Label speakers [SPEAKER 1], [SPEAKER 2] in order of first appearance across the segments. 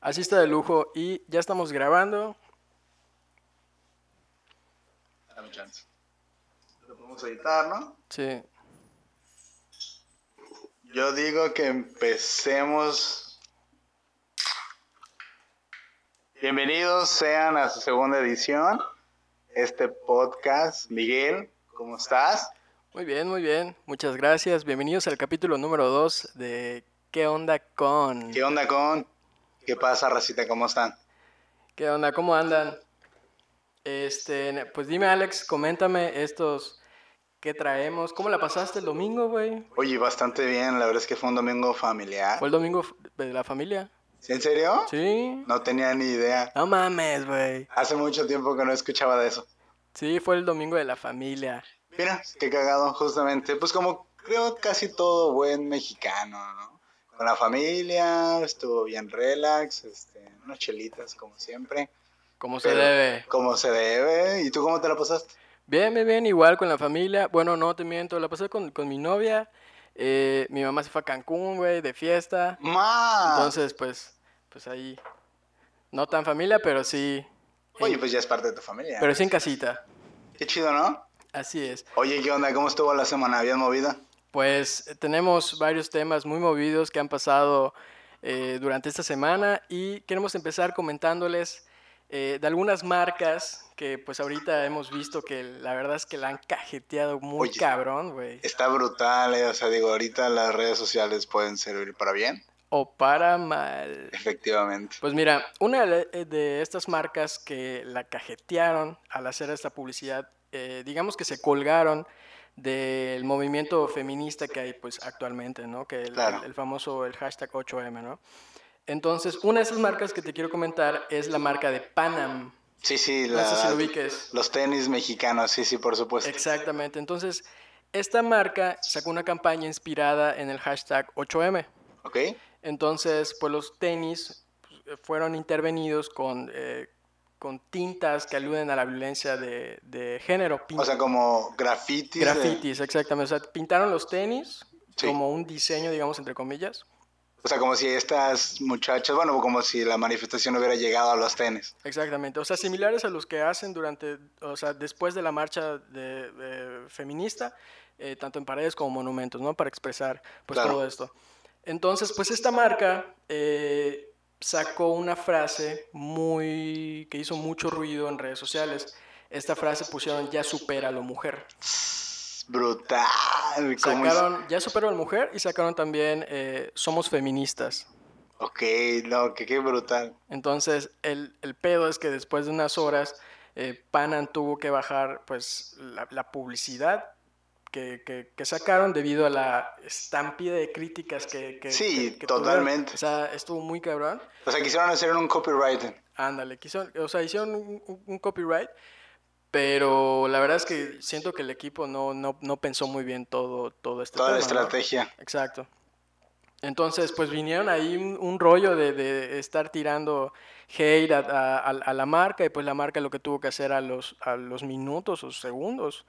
[SPEAKER 1] Así está de lujo y ya estamos grabando.
[SPEAKER 2] Dame chance. Lo podemos editar, ¿no?
[SPEAKER 1] Sí.
[SPEAKER 2] Yo digo que empecemos. Bienvenidos sean a su segunda edición. Este podcast, Miguel, ¿cómo estás?
[SPEAKER 1] Muy bien, muy bien. Muchas gracias. Bienvenidos al capítulo número 2 de ¿Qué onda con?
[SPEAKER 2] ¿Qué onda con? ¿Qué pasa, Racita? ¿Cómo están?
[SPEAKER 1] ¿Qué onda? ¿Cómo andan? Este, pues dime Alex, coméntame estos que traemos. ¿Cómo la pasaste el domingo, güey?
[SPEAKER 2] Oye, bastante bien. La verdad es que fue un domingo familiar.
[SPEAKER 1] ¿Fue el domingo f- de la familia?
[SPEAKER 2] ¿Sí, ¿En serio?
[SPEAKER 1] Sí.
[SPEAKER 2] No tenía ni idea.
[SPEAKER 1] No mames, güey.
[SPEAKER 2] Hace mucho tiempo que no escuchaba de eso.
[SPEAKER 1] Sí, fue el domingo de la familia.
[SPEAKER 2] Mira, qué cagado, justamente. Pues como creo casi todo buen mexicano, ¿no? Con la familia, estuvo bien relax, este, unas chelitas como siempre,
[SPEAKER 1] Como se
[SPEAKER 2] Pero-
[SPEAKER 1] debe.
[SPEAKER 2] como se debe. ¿Y tú cómo te la pasaste?
[SPEAKER 1] Bien, bien, bien, igual con la familia. Bueno, no te miento, la pasé con, con mi novia. Eh, mi mamá se fue a Cancún, güey, de fiesta.
[SPEAKER 2] ¡Más!
[SPEAKER 1] Entonces, pues, pues ahí. No tan familia, pero sí. en-
[SPEAKER 2] Oye, pues ya es parte de tu familia.
[SPEAKER 1] eh, pero sí en casita.
[SPEAKER 2] Qué chido, ¿no?
[SPEAKER 1] Así es.
[SPEAKER 2] Oye, ¿qué onda? ¿Cómo estuvo la semana? ¿Bien movida?
[SPEAKER 1] Pues eh, tenemos varios temas muy movidos que han pasado eh, durante esta semana y queremos empezar comentándoles eh, de algunas marcas que pues ahorita hemos visto que la verdad es que la han cajeteado muy
[SPEAKER 2] Oye.
[SPEAKER 1] cabrón, güey.
[SPEAKER 2] Está brutal, ¿eh? O sea, digo, ahorita las redes sociales pueden servir para bien,
[SPEAKER 1] O para mal.
[SPEAKER 2] efectivamente.
[SPEAKER 1] Pues mira, una de la- de estas marcas que la cajetearon al hacer esta publicidad, eh, digamos que se colgaron del movimiento feminista que hay pues actualmente, ¿no? Que el,
[SPEAKER 2] Claro.
[SPEAKER 1] el- el famoso el hashtag 8M, ¿no? Entonces, una de esas marcas que te quiero comentar es la marca de Panam.
[SPEAKER 2] Sí, sí,
[SPEAKER 1] No sé si
[SPEAKER 2] la-
[SPEAKER 1] lo ubiques.
[SPEAKER 2] los tenis mexicanos, sí, sí, por supuesto.
[SPEAKER 1] Exactamente. Entonces, esta marca sacó una campaña inspirada en el hashtag 8M.
[SPEAKER 2] ¿Ok?
[SPEAKER 1] Entonces, pues los tenis pues, fueron intervenidos con, eh, con tintas que aluden a la violencia de, de género. pin-
[SPEAKER 2] O sea, como grafitis. de-
[SPEAKER 1] grafitis, exactamente. O sea, pintaron los tenis
[SPEAKER 2] Sí.
[SPEAKER 1] como un diseño, digamos, entre comillas.
[SPEAKER 2] o sea, como si estas muchachas, bueno, como si la manifestación hubiera llegado a los tenis.
[SPEAKER 1] Exactamente. O sea, similares a los que hacen durante, o sea, después de la marcha de, de feminista, eh, tanto en paredes como monumentos, ¿no? Para expresar, pues,
[SPEAKER 2] Claro.
[SPEAKER 1] todo esto. Entonces, pues, esta marca eh, sacó una frase muy, que hizo mucho ruido en redes sociales. Esta frase pusieron, ya supera a la mujer.
[SPEAKER 2] Brutal. Como es-
[SPEAKER 1] Sacaron, ya supera a la mujer y sacaron también, eh, somos feministas.
[SPEAKER 2] Ok, no, que qué brutal.
[SPEAKER 1] Entonces, el, el pedo es que después de unas horas, eh, Panan tuvo que bajar pues la, la publicidad que, que- que sacaron debido a la estampida de críticas que... que-
[SPEAKER 2] Sí,
[SPEAKER 1] que- que
[SPEAKER 2] totalmente.
[SPEAKER 1] tuvieron. O sea, estuvo muy cabrón.
[SPEAKER 2] O sea, quisieron hacer un copyright.
[SPEAKER 1] Ándale, quiso- o sea, hicieron un, un- un copyright, pero la verdad es que siento que el equipo no, no, no pensó muy bien todo, todo este
[SPEAKER 2] Toda la
[SPEAKER 1] tema, ¿no?
[SPEAKER 2] estrategia.
[SPEAKER 1] Exacto. Entonces, pues vinieron ahí un, un rollo de, de estar tirando hate a, a- a- a la marca y pues la marca lo que tuvo que hacer a los, a los minutos o segundos,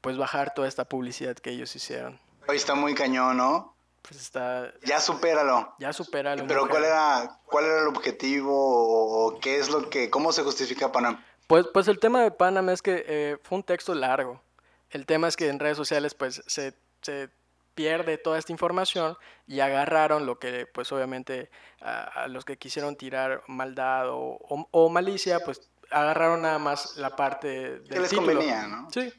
[SPEAKER 1] pues bajar toda esta publicidad que ellos hicieron.
[SPEAKER 2] Hoy está muy cañón, ¿no?
[SPEAKER 1] Pues está,
[SPEAKER 2] Ya supéralo.
[SPEAKER 1] ya supera a la
[SPEAKER 2] Pero
[SPEAKER 1] mujer.
[SPEAKER 2] ¿cuál era, cuál era el objetivo o o qué es lo que, cómo se justifica Panam?
[SPEAKER 1] Pues, pues el tema de Panam es que eh, fue un texto largo. El tema es que en redes sociales pues se, se pierde toda esta información y agarraron lo que pues obviamente a, a los que quisieron tirar maldad o, o- o malicia pues agarraron nada más la parte del
[SPEAKER 2] ¿Qué les
[SPEAKER 1] título.
[SPEAKER 2] convenía, no?
[SPEAKER 1] Sí.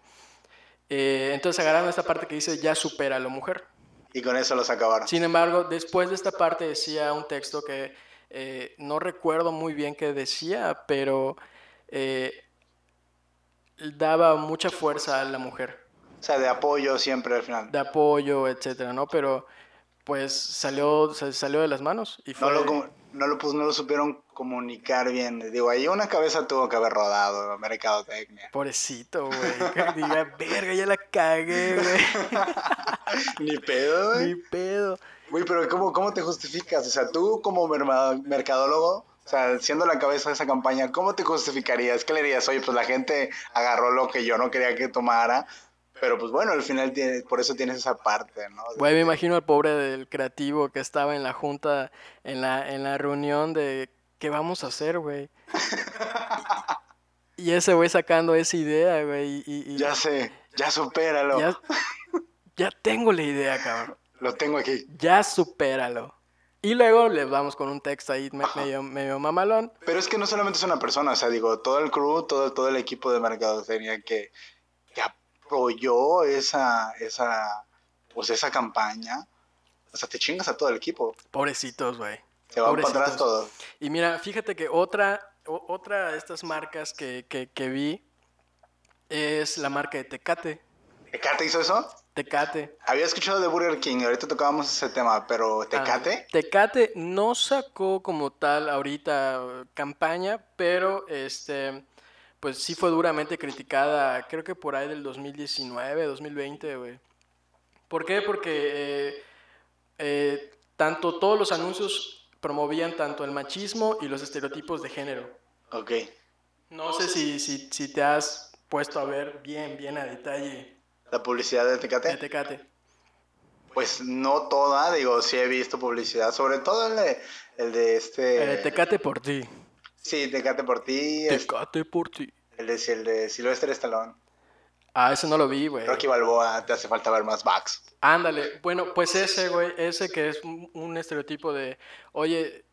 [SPEAKER 1] Eh, entonces agarraron esta parte que dice ya supera a la mujer.
[SPEAKER 2] Y con eso los acabaron.
[SPEAKER 1] Sin embargo, después de esta parte decía un texto que eh, no recuerdo muy bien qué decía, pero eh, daba mucha fuerza a la mujer,
[SPEAKER 2] O sea, de apoyo siempre al final.
[SPEAKER 1] de apoyo, etcétera, ¿no? Pero pues salió, se salió de las manos y
[SPEAKER 2] No
[SPEAKER 1] fue.
[SPEAKER 2] lo, com- no, lo, pues, no lo supieron comunicar bien. Digo, ahí una cabeza tuvo que haber rodado, mercadotecnia.
[SPEAKER 1] Pobrecito, güey. Que diga, verga, ya la cagué, güey.
[SPEAKER 2] Ni pedo,
[SPEAKER 1] Ni
[SPEAKER 2] güey.
[SPEAKER 1] pedo.
[SPEAKER 2] Güey, pero ¿cómo, ¿cómo te justificas? O sea, tú como merma- mercadólogo, o sea, siendo la cabeza de esa campaña, ¿cómo te justificarías? ¿Qué le dirías? Oye, pues la gente agarró lo que yo no quería que tomara, pero pues bueno, al final tiene, por eso tienes esa parte, ¿no?
[SPEAKER 1] Güey, me imagino al pobre del creativo que estaba en la junta, en la, en la reunión de ¿qué vamos a hacer, güey? Y ese güey sacando esa idea, güey. Y, y-
[SPEAKER 2] Ya sé, ya supéralo.
[SPEAKER 1] ya, ya tengo la idea, cabrón.
[SPEAKER 2] Lo tengo aquí.
[SPEAKER 1] Ya supéralo. Y luego les vamos con un texto ahí me- medio, medio mamalón.
[SPEAKER 2] Pero es que no solamente es una persona, o sea, digo, todo el crew, todo, todo el equipo de mercadotecnia que, que apoyó esa, esa, pues esa campaña. O sea, te chingas a todo el equipo.
[SPEAKER 1] Pobrecitos, güey.
[SPEAKER 2] Se van para
[SPEAKER 1] Pobrecitos.
[SPEAKER 2] atrás todos.
[SPEAKER 1] Y mira, fíjate que otra, o- otra de estas marcas que, que, que vi es la marca de Tecate.
[SPEAKER 2] ¿Tecate hizo eso?
[SPEAKER 1] Tecate.
[SPEAKER 2] Había escuchado de Burger King, ahorita tocábamos ese tema, pero ¿Tecate?
[SPEAKER 1] Ah, Tecate no sacó como tal ahorita eh, campaña, pero este pues sí fue duramente criticada, creo que por ahí del 2019, 2020, güey. ¿Por qué? Porque eh, eh, tanto todos los anuncios promovían tanto el machismo y los estereotipos de género.
[SPEAKER 2] Ok.
[SPEAKER 1] No sé si, si, si te has puesto a ver bien, bien a detalle
[SPEAKER 2] ¿La publicidad de
[SPEAKER 1] de
[SPEAKER 2] Tecate?
[SPEAKER 1] Tecate.
[SPEAKER 2] Pues no toda, digo, sí he visto publicidad, sobre todo el de, el de este...
[SPEAKER 1] Eh, tecate por ti.
[SPEAKER 2] Sí, Tecate por ti, es-
[SPEAKER 1] Tecate por ti.
[SPEAKER 2] el de, el de Silvestre Stallone,
[SPEAKER 1] Ah, ese no lo vi, güey.
[SPEAKER 2] Rocky Balboa, te hace falta ver más backs.
[SPEAKER 1] Ándale, bueno, pues ese, güey, ese que es un, un estereotipo de, oye,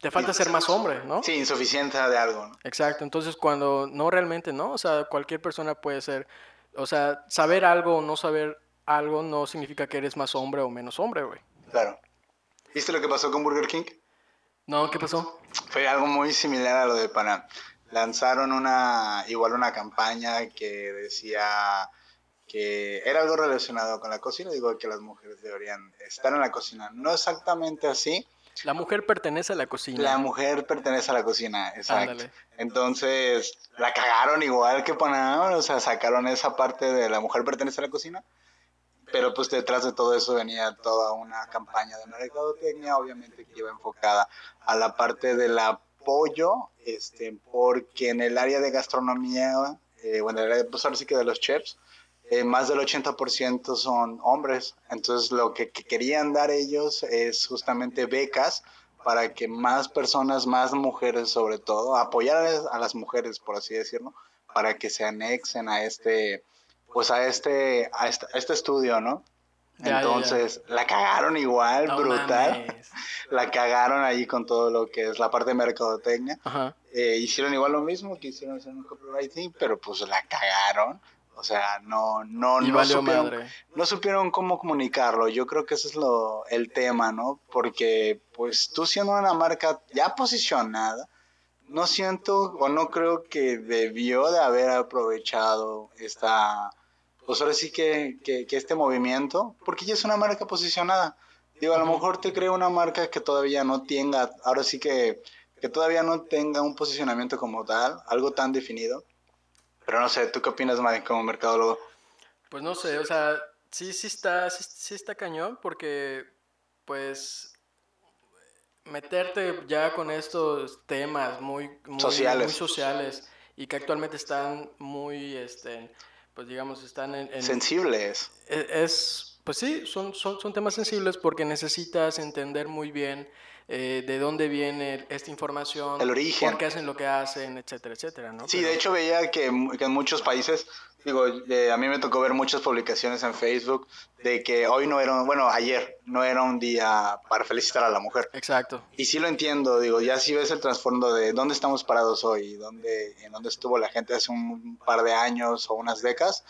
[SPEAKER 1] te falta ser más hombre, ¿no?
[SPEAKER 2] Sí, insuficiente de algo, ¿no?
[SPEAKER 1] Exacto, entonces cuando no realmente, ¿no? O sea, cualquier persona puede ser, o sea, saber algo o no saber algo no significa que eres más hombre o menos hombre, güey.
[SPEAKER 2] Claro. ¿Viste lo que pasó con Burger King?
[SPEAKER 1] No, ¿qué
[SPEAKER 2] Pues
[SPEAKER 1] pasó?
[SPEAKER 2] Fue algo muy similar a lo de Panam. Lanzaron una, igual una campaña que decía que era algo relacionado con la cocina, digo que las mujeres deberían estar en la cocina. No exactamente así,
[SPEAKER 1] La mujer pertenece a la
[SPEAKER 2] la
[SPEAKER 1] cocina.
[SPEAKER 2] mujer pertenece a la cocina, exacto.
[SPEAKER 1] Ándale.
[SPEAKER 2] Entonces, la cagaron igual que Panam, o sea, sacaron esa parte de la mujer pertenece a la cocina, pero pues detrás de todo eso venía toda una campaña de mercadotecnia, obviamente que iba enfocada a la parte del apoyo, este, porque en el área de gastronomía, eh, bueno, en el área, pues ahora sí que de los chefs, eh, más del 80% son hombres, entonces lo que, que querían dar ellos es justamente becas para que más personas, más mujeres sobre todo, apoyar a las- a las mujeres, por así decirlo, para que se anexen a este, pues a este, a este, a este estudio, ¿no?
[SPEAKER 1] Ya, ya, ya.
[SPEAKER 2] Entonces, la cagaron igual,
[SPEAKER 1] No
[SPEAKER 2] brutal
[SPEAKER 1] mames.
[SPEAKER 2] la cagaron ahí con todo lo que es la parte de mercadotecnia.
[SPEAKER 1] Ajá.
[SPEAKER 2] Eh, hicieron igual lo mismo que hicieron en un copywriting, pero pues la cagaron. O sea, no, no,
[SPEAKER 1] Y
[SPEAKER 2] no,
[SPEAKER 1] valió
[SPEAKER 2] supieron,
[SPEAKER 1] madre.
[SPEAKER 2] no supieron cómo comunicarlo. Yo creo que ese es lo, el tema, ¿no? Porque pues tú siendo una marca ya posicionada, no siento o no creo que debió de haber aprovechado esta, pues ahora sí que, que, que este movimiento, porque ya es una marca posicionada. Digo, a lo mejor te creo una marca que todavía no tenga, ahora sí que, que todavía no tenga un posicionamiento como tal, algo tan definido. Pero no sé, ¿tú qué opinas, Mike, como mercadólogo?
[SPEAKER 1] Pues no sé, o sea, sí, sí está, sí, sí está cañón porque, pues, meterte ya con estos temas muy, muy,
[SPEAKER 2] Sociales.
[SPEAKER 1] muy sociales y que actualmente están muy, este, pues digamos, están en... en-
[SPEAKER 2] Sensibles.
[SPEAKER 1] e- es, pues sí, son, son, son temas sensibles porque necesitas entender muy bien eh, de dónde viene esta información,
[SPEAKER 2] El origen.
[SPEAKER 1] por qué hacen lo que hacen, etcétera, etcétera, ¿no?
[SPEAKER 2] Sí,
[SPEAKER 1] Pero-
[SPEAKER 2] de hecho veía que, mu- que en muchos países, digo, eh, a mí me tocó ver muchas publicaciones en Facebook de que hoy no era, un- bueno, ayer no era un día para felicitar a la mujer.
[SPEAKER 1] Exacto.
[SPEAKER 2] Y sí lo entiendo, digo, ya si ves el trasfondo de dónde estamos parados hoy, dónde, en dónde estuvo la gente hace un par de años o unas décadas,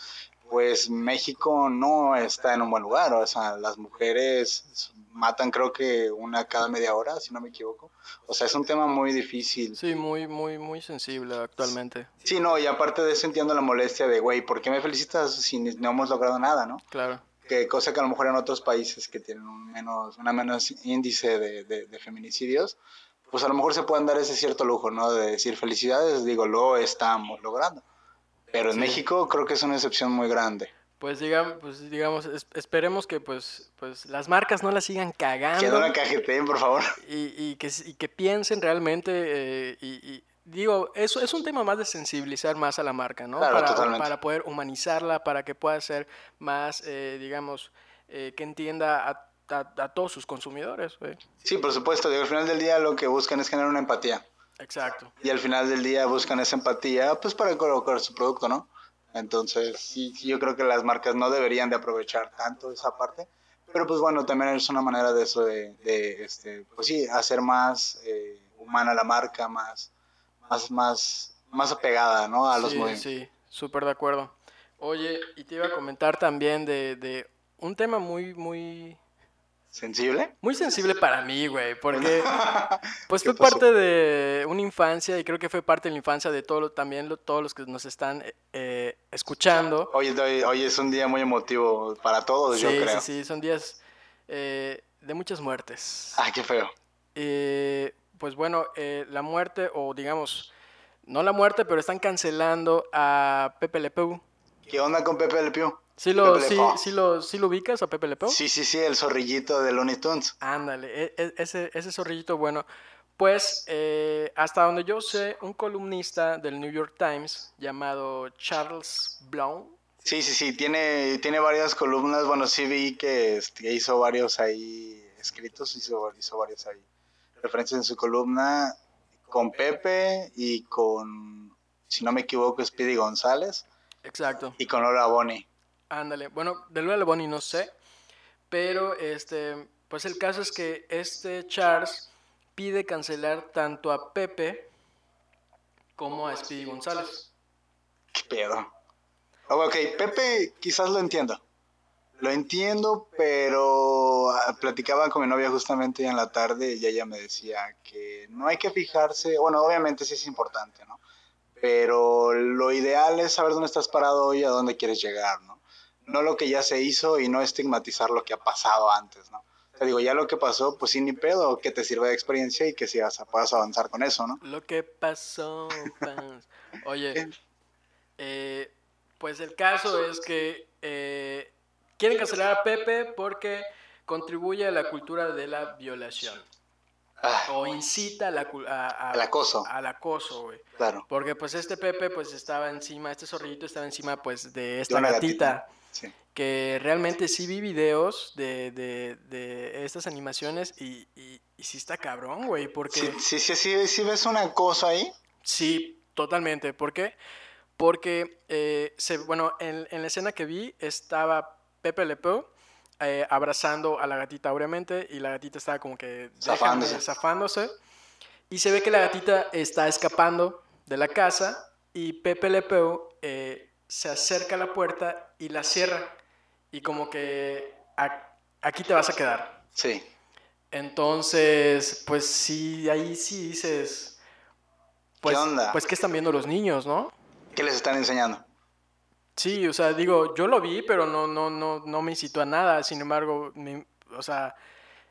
[SPEAKER 2] pues México no está en un buen lugar, o sea, las mujeres matan creo que una cada media hora, si no me equivoco. O sea, es un tema muy difícil.
[SPEAKER 1] Sí, muy, muy, muy sensible actualmente.
[SPEAKER 2] Sí, no, y aparte de eso entiendo la molestia de, güey, ¿por qué me felicitas si ni- no hemos logrado nada, no?
[SPEAKER 1] Claro.
[SPEAKER 2] Que cosa que a lo mejor en otros países que tienen un menos, una menos índice de, de- de feminicidios, pues a lo mejor se pueden dar ese cierto lujo, ¿no? De decir felicidades, digo, lo estamos logrando. Pero en
[SPEAKER 1] Sí.
[SPEAKER 2] México creo que es una excepción muy grande.
[SPEAKER 1] Pues digamos, pues digamos, es- esperemos que pues, pues las marcas no la sigan
[SPEAKER 2] Que no
[SPEAKER 1] cagando
[SPEAKER 2] la cajeteen, por favor.
[SPEAKER 1] y, y que, s- y que piensen realmente eh, y, y- digo, eso es un tema más de sensibilizar más a la marca, ¿no?
[SPEAKER 2] Claro,
[SPEAKER 1] para,
[SPEAKER 2] totalmente.
[SPEAKER 1] para poder humanizarla, para que pueda ser más, eh, digamos, eh, que entienda a a, a todos sus consumidores. eh. güey.
[SPEAKER 2] Sí, por supuesto, digo, al final del día lo que buscan es generar una empatía.
[SPEAKER 1] Exacto.
[SPEAKER 2] Y al final del día buscan esa empatía, pues para colocar su producto, ¿no? Entonces, sí, sí, yo creo que las marcas no deberían de aprovechar tanto esa parte. Pero pues bueno, también es una manera de eso, de, de, este, pues sí, hacer más eh, humana la marca, más, más, más, más apegada, ¿no? A los
[SPEAKER 1] sí,
[SPEAKER 2] movimientos.
[SPEAKER 1] Sí, súper de acuerdo. Oye, y te iba a comentar también de, de un tema muy, muy,
[SPEAKER 2] ¿Sensible?
[SPEAKER 1] muy sensible para mí, güey, porque pues fue parte de una infancia y creo que fue parte de la infancia de todo, lo- también lo- todos los que nos están eh, escuchando.
[SPEAKER 2] Hoy, hoy, hoy es un día muy emotivo para todos, yo
[SPEAKER 1] sí, sí,
[SPEAKER 2] creo.
[SPEAKER 1] sí, son días eh, de muchas muertes.
[SPEAKER 2] Ay, Ah, qué feo.
[SPEAKER 1] Eh, pues bueno, eh, la muerte, o digamos, no la muerte, pero están cancelando a Pepe Le Pew.
[SPEAKER 2] ¿Qué onda con Pepe Le Pew?
[SPEAKER 1] ¿Sí lo,
[SPEAKER 2] Pepe Le
[SPEAKER 1] sí,
[SPEAKER 2] Pew.
[SPEAKER 1] sí lo, sí lo ubicas a Pepe Le Pew?
[SPEAKER 2] Sí, sí, sí, el zorrillito de Looney Tunes.
[SPEAKER 1] Ándale, e- e- ese, ese zorrillito bueno. Pues eh, hasta donde yo sé, un columnista del New York Times llamado Charles Blount.
[SPEAKER 2] Sí, sí, sí, tiene, tiene varias columnas. Bueno, sí vi que, este, hizo varios ahí escritos, hizo, hizo varios ahí referencias en su columna con Pepe y con, si no me equivoco, Speedy González
[SPEAKER 1] Exacto.
[SPEAKER 2] y con Laura Boni.
[SPEAKER 1] Ándale, bueno, de Lola Leboni no sé, pero este, pues el caso es que este Charles pide cancelar tanto a Pepe como a Speedy González.
[SPEAKER 2] ¿Qué pedo? Oh, Ok, Pepe quizás lo entiendo. Lo entiendo, pero ah, platicaba con mi novia justamente en la tarde y ella me decía que no hay que fijarse, bueno, obviamente sí es importante, ¿no? Pero lo ideal es saber dónde estás parado hoy y a dónde quieres llegar, ¿no? No lo que ya se hizo y no estigmatizar lo que ha pasado antes, ¿no? Te digo, ya lo que pasó, pues sí, ni pedo, que te sirva de experiencia y que sigas, puedas avanzar con eso, ¿no?
[SPEAKER 1] Lo que pasó, fans. Oye, eh, pues el caso es que eh, quieren cancelar a Pepe porque contribuye a la cultura de la violación
[SPEAKER 2] Ah,
[SPEAKER 1] o incita a la, cul- a- a-
[SPEAKER 2] Al acoso.
[SPEAKER 1] Al acoso, güey.
[SPEAKER 2] claro,
[SPEAKER 1] Porque pues este Pepe pues estaba encima, este zorrillito estaba encima pues de esta
[SPEAKER 2] una
[SPEAKER 1] gatita,
[SPEAKER 2] gatita. sí.
[SPEAKER 1] que realmente sí vi videos de, de, de estas animaciones y, y, y sí está cabrón, güey, porque
[SPEAKER 2] Si, si, si, si, si ves una cosa ahí,
[SPEAKER 1] sí, totalmente, ¿por qué? Porque, eh, se, bueno, en, en la escena que vi estaba Pepe Le Pew eh, abrazando a la gatita, obviamente, y la gatita estaba como que
[SPEAKER 2] Zafándose.
[SPEAKER 1] "Déjame", zafándose. Y se ve que la gatita está escapando de la casa y Pepe Le Pew eh, se acerca a la puerta y la cierra. Y como que "Ac- aquí te vas a quedar.
[SPEAKER 2] sí.
[SPEAKER 1] Entonces, pues sí, ahí sí dices... Pues,
[SPEAKER 2] onda?
[SPEAKER 1] pues que están viendo los niños, ¿no?
[SPEAKER 2] ¿Qué les están enseñando?
[SPEAKER 1] Sí, o sea, digo, yo lo vi, pero no, no, no, no me incitó a nada. Sin embargo, me- o sea,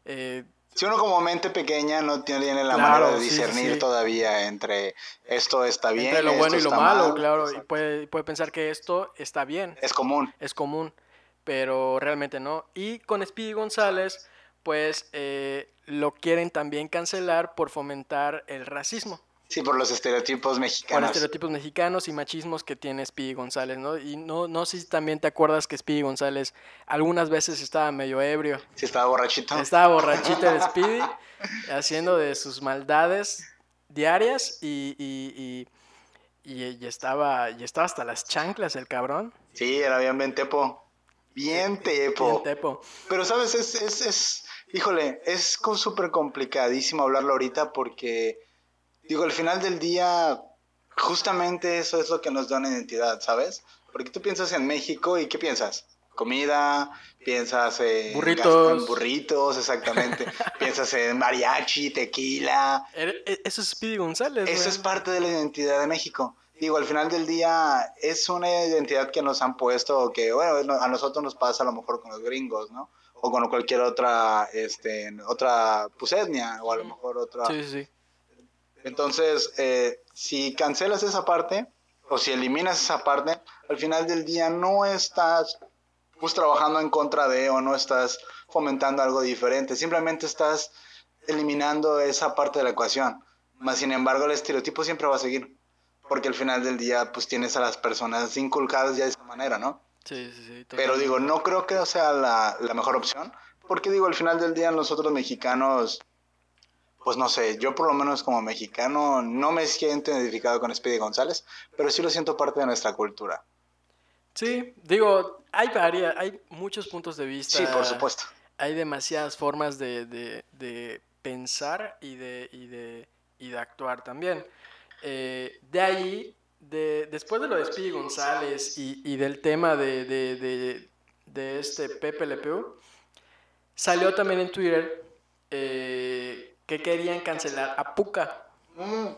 [SPEAKER 1] eh,
[SPEAKER 2] Si uno como mente pequeña no tiene la
[SPEAKER 1] Claro,
[SPEAKER 2] manera de
[SPEAKER 1] sí, sí,
[SPEAKER 2] discernir
[SPEAKER 1] sí.
[SPEAKER 2] todavía entre esto está bien,
[SPEAKER 1] entre lo bueno y
[SPEAKER 2] esto
[SPEAKER 1] lo
[SPEAKER 2] está
[SPEAKER 1] malo,
[SPEAKER 2] mal,
[SPEAKER 1] claro, y
[SPEAKER 2] exacto.
[SPEAKER 1] puede, puede pensar que esto está bien,
[SPEAKER 2] es común.
[SPEAKER 1] es común, pero realmente no. Y con Speedy González, pues eh, lo quieren también cancelar por fomentar el racismo,
[SPEAKER 2] Sí, por los estereotipos
[SPEAKER 1] por
[SPEAKER 2] mexicanos.
[SPEAKER 1] estereotipos mexicanos y machismos que tiene Speedy González, ¿no? Y no, no sé si también te acuerdas que Speedy González algunas veces estaba medio ebrio.
[SPEAKER 2] Si estaba borrachito.
[SPEAKER 1] Estaba borrachito el Speedy, haciendo de sus maldades diarias y, y- y- y- y estaba, y estaba hasta las chanclas el cabrón.
[SPEAKER 2] Sí, era bien bien tepo. Bien
[SPEAKER 1] Bien
[SPEAKER 2] tepo.
[SPEAKER 1] tepo.
[SPEAKER 2] Pero, ¿sabes? Es, es, es, híjole, es co- súper complicadísimo hablarlo ahorita porque, digo, al final del día, justamente eso es lo que nos da una identidad, ¿sabes? Porque tú piensas en México y ¿qué piensas? Comida, piensas en
[SPEAKER 1] Burritos.
[SPEAKER 2] gastro- en burritos, exactamente. piensas en mariachi, tequila.
[SPEAKER 1] Er- e- Eso es Speedy González.
[SPEAKER 2] Eso
[SPEAKER 1] güey.
[SPEAKER 2] es parte de la identidad de México. Digo, al final del día es una identidad que nos han puesto, o que bueno, no- a nosotros nos pasa a lo mejor con los gringos, ¿no? O con cualquier otra, este, otra, pues etnia, o a lo mejor otra.
[SPEAKER 1] Sí, sí, sí.
[SPEAKER 2] Entonces, eh, si cancelas esa parte, o si eliminas esa parte, al final del día no estás, pues, trabajando en contra de, o no estás fomentando algo diferente, simplemente estás eliminando esa parte de la ecuación. Más sin embargo, el estereotipo siempre va a seguir. Porque al final del día, pues tienes a las personas inculcadas ya de esa manera, ¿no?
[SPEAKER 1] Sí, sí, sí,
[SPEAKER 2] Pero
[SPEAKER 1] totalmente.
[SPEAKER 2] digo, no creo que sea la, la mejor opción. Porque digo, al final del día nosotros mexicanos, pues no sé, yo por lo menos como mexicano no me siento identificado con Speedy González, pero sí lo siento parte de nuestra cultura.
[SPEAKER 1] Sí, digo, hay varias, hay muchos puntos de vista.
[SPEAKER 2] Sí, por supuesto.
[SPEAKER 1] Hay demasiadas formas de, de, de pensar y de, y de, y de actuar también. Eh, de ahí, de, después de lo de Speedy González y, y del tema de, de, de, de este Pepe Le Pew, salió también en Twitter eh, que querían cancelar a Puka.
[SPEAKER 2] Mm,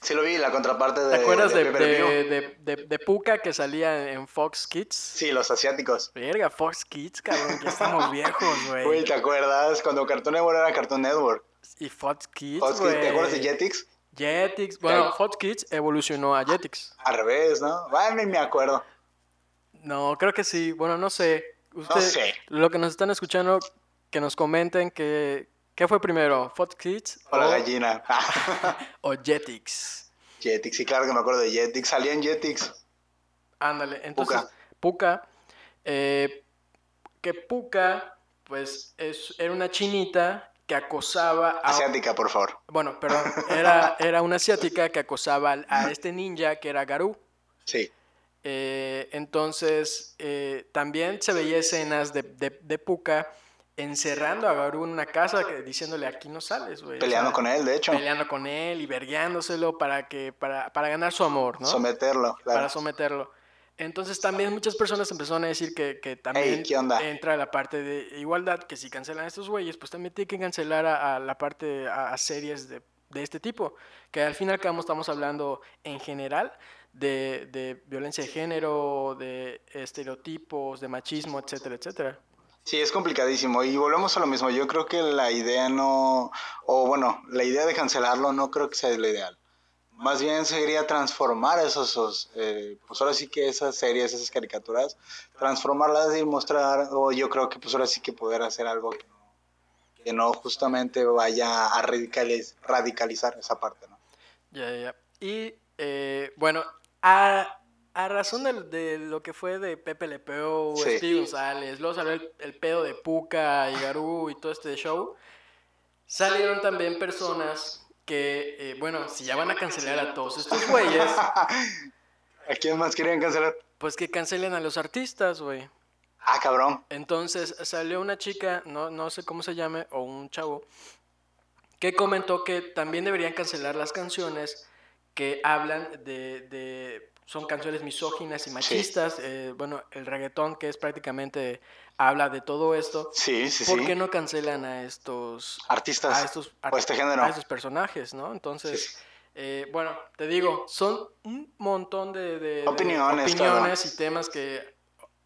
[SPEAKER 2] Sí lo vi, la contraparte de...
[SPEAKER 1] ¿Te acuerdas de,
[SPEAKER 2] Pepe Le Pew.
[SPEAKER 1] de- de- de- de Puka que salía en Fox Kids?
[SPEAKER 2] Sí, los asiáticos.
[SPEAKER 1] Verga, Fox Kids, cabrón, que estamos viejos,
[SPEAKER 2] Uy,
[SPEAKER 1] güey.
[SPEAKER 2] ¿te acuerdas? Cuando Cartoon Network era Cartoon Network.
[SPEAKER 1] Y Fox Kids,
[SPEAKER 2] Fox Kids, ¿Te acuerdas de
[SPEAKER 1] güey.
[SPEAKER 2] Jetix?
[SPEAKER 1] Jetix. Bueno, Fox Kids evolucionó a Jetix.
[SPEAKER 2] Al revés, ¿no? Bueno, ni me acuerdo.
[SPEAKER 1] No, creo que sí. Bueno, no sé. Usted,
[SPEAKER 2] sé.
[SPEAKER 1] Lo que nos están escuchando, que nos comenten que, qué fue primero, Fox Kids
[SPEAKER 2] O la
[SPEAKER 1] o,
[SPEAKER 2] gallina. Ah,
[SPEAKER 1] o Jetix.
[SPEAKER 2] Jetix, sí, claro que me acuerdo de Jetix. Salía en Jetix.
[SPEAKER 1] Ándale, entonces
[SPEAKER 2] Puka.
[SPEAKER 1] Puka, eh, que Puka, pues es, era una chinita que acosaba a...
[SPEAKER 2] Asiática, por favor.
[SPEAKER 1] Bueno, perdón, era, era una asiática que acosaba al- a este ninja que era Garú.
[SPEAKER 2] Sí.
[SPEAKER 1] Eh, entonces, eh, también se veía escenas de, de, de Puka encerrando a Garú en una casa que- diciéndole, aquí no sales, güey. O
[SPEAKER 2] Peleando
[SPEAKER 1] sea,
[SPEAKER 2] con él, de hecho.
[SPEAKER 1] Peleando con él y vergueándoselo para, que, para, para ganar su amor, ¿no?
[SPEAKER 2] Someterlo. claro.
[SPEAKER 1] para someterlo. Entonces también muchas personas empezaron a decir que, que también
[SPEAKER 2] ¿qué onda?
[SPEAKER 1] entra la parte de igualdad, que si cancelan a estos güeyes, pues también tienen que cancelar a, a la parte, a, a series de, de este tipo, que al fin y al cabo estamos hablando en general de, de violencia de género, de estereotipos, de machismo, etcétera, etcétera.
[SPEAKER 2] Sí, es complicadísimo. Y volvemos a lo mismo. Yo creo que la idea no, o bueno, la idea de cancelarlo no creo que sea lo ideal. Más bien sería transformar esos, esos, eh, pues ahora sí que esas series, esas caricaturas, transformarlas y mostrar, o yo creo que pues ahora sí que poder hacer algo que no, que no justamente vaya a radicaliz- radicalizar esa parte, ¿no?
[SPEAKER 1] Ya, ya, ya. Y eh, bueno, a, a razón del- de, lo que fue de Pepe Le Pew,
[SPEAKER 2] Sí.
[SPEAKER 1] Steve González, luego salió el, el pedo de Puka y Garú y todo este show, salieron también personas que, eh, bueno, si ya van a cancelar a todos estos güeyes,
[SPEAKER 2] ¿A quién más querían cancelar?
[SPEAKER 1] pues que cancelen a los artistas, güey.
[SPEAKER 2] Ah, cabrón.
[SPEAKER 1] Entonces salió una chica, no, no sé cómo se llame, o un chavo, que comentó que también deberían cancelar las canciones que hablan de... de- son canciones misóginas y machistas. eh, bueno, el reggaetón que es prácticamente habla de todo esto.
[SPEAKER 2] Sí, sí,
[SPEAKER 1] ¿Por
[SPEAKER 2] sí.
[SPEAKER 1] qué Ah, no cancelan a estos,
[SPEAKER 2] Artistas.
[SPEAKER 1] a estos,
[SPEAKER 2] o este género.
[SPEAKER 1] a estos personajes, no? Entonces, eh, bueno, te digo, son un montón de, de- de
[SPEAKER 2] Opiniones, claro.
[SPEAKER 1] opiniones y temas que,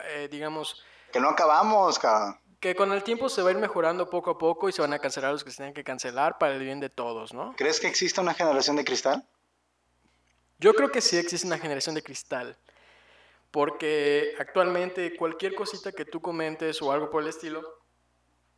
[SPEAKER 1] eh, digamos,
[SPEAKER 2] Que no acabamos, cabrón.
[SPEAKER 1] que con el tiempo se va a ir mejorando poco a poco y se van a cancelar los que se tengan que cancelar para el bien de todos, ¿no?
[SPEAKER 2] ¿Crees que existe una generación de cristal?
[SPEAKER 1] Yo creo que sí existe una generación de cristal, porque actualmente cualquier cosita que tú comentes o algo por el estilo,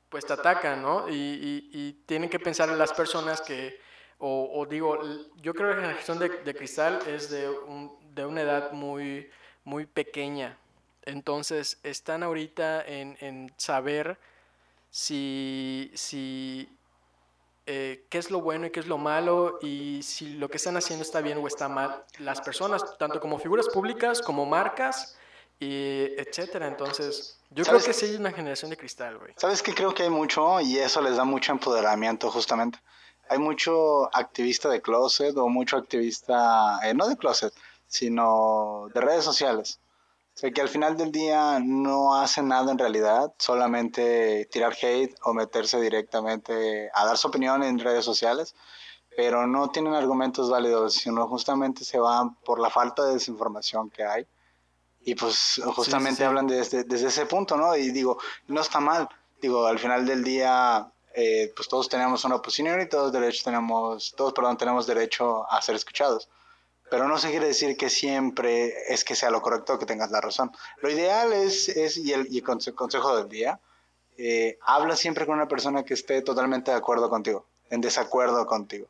[SPEAKER 1] pues te atacan, ¿no? Y, y- y tienen que pensar en las personas que, o, o digo, l- yo creo que la generación de, de cristal es de, un- de una edad muy, muy pequeña. Entonces, están ahorita en, en saber si, si eh, qué es lo bueno y qué es lo malo y si lo que están haciendo está bien o está mal las personas, tanto como figuras públicas, como marcas, y etcétera. Entonces, yo creo
[SPEAKER 2] ¿Sabes?
[SPEAKER 1] que sí hay una generación de cristal, güey.
[SPEAKER 2] ¿Sabes qué? Creo que hay mucho y eso les da mucho empoderamiento justamente. Hay mucho activista de closet o mucho activista, eh, no de closet, sino de redes sociales. O sea, que al final del día no hacen nada en realidad, solamente tirar hate o meterse directamente a dar su opinión en redes sociales, pero no tienen argumentos válidos, sino justamente se van por la falta de desinformación que hay. Y pues justamente
[SPEAKER 1] sí.
[SPEAKER 2] hablan desde, desde ese punto, ¿no? Y digo, no está mal. Digo, al final del día, eh, pues todos tenemos una opinión y todos derechos tenemos, todos, perdón, tenemos derecho a ser escuchados. Pero no se quiere decir que siempre es que sea lo correcto o que tengas la razón. Lo ideal es, es y el, y el conse- consejo del día, eh, habla siempre con una persona que esté totalmente de acuerdo contigo, en desacuerdo contigo.